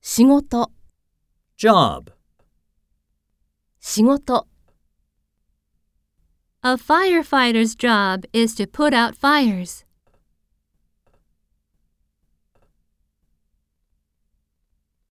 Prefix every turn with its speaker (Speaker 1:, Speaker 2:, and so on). Speaker 1: 仕事、
Speaker 2: job,
Speaker 1: 仕事。
Speaker 3: A firefighter's job is to put out fires.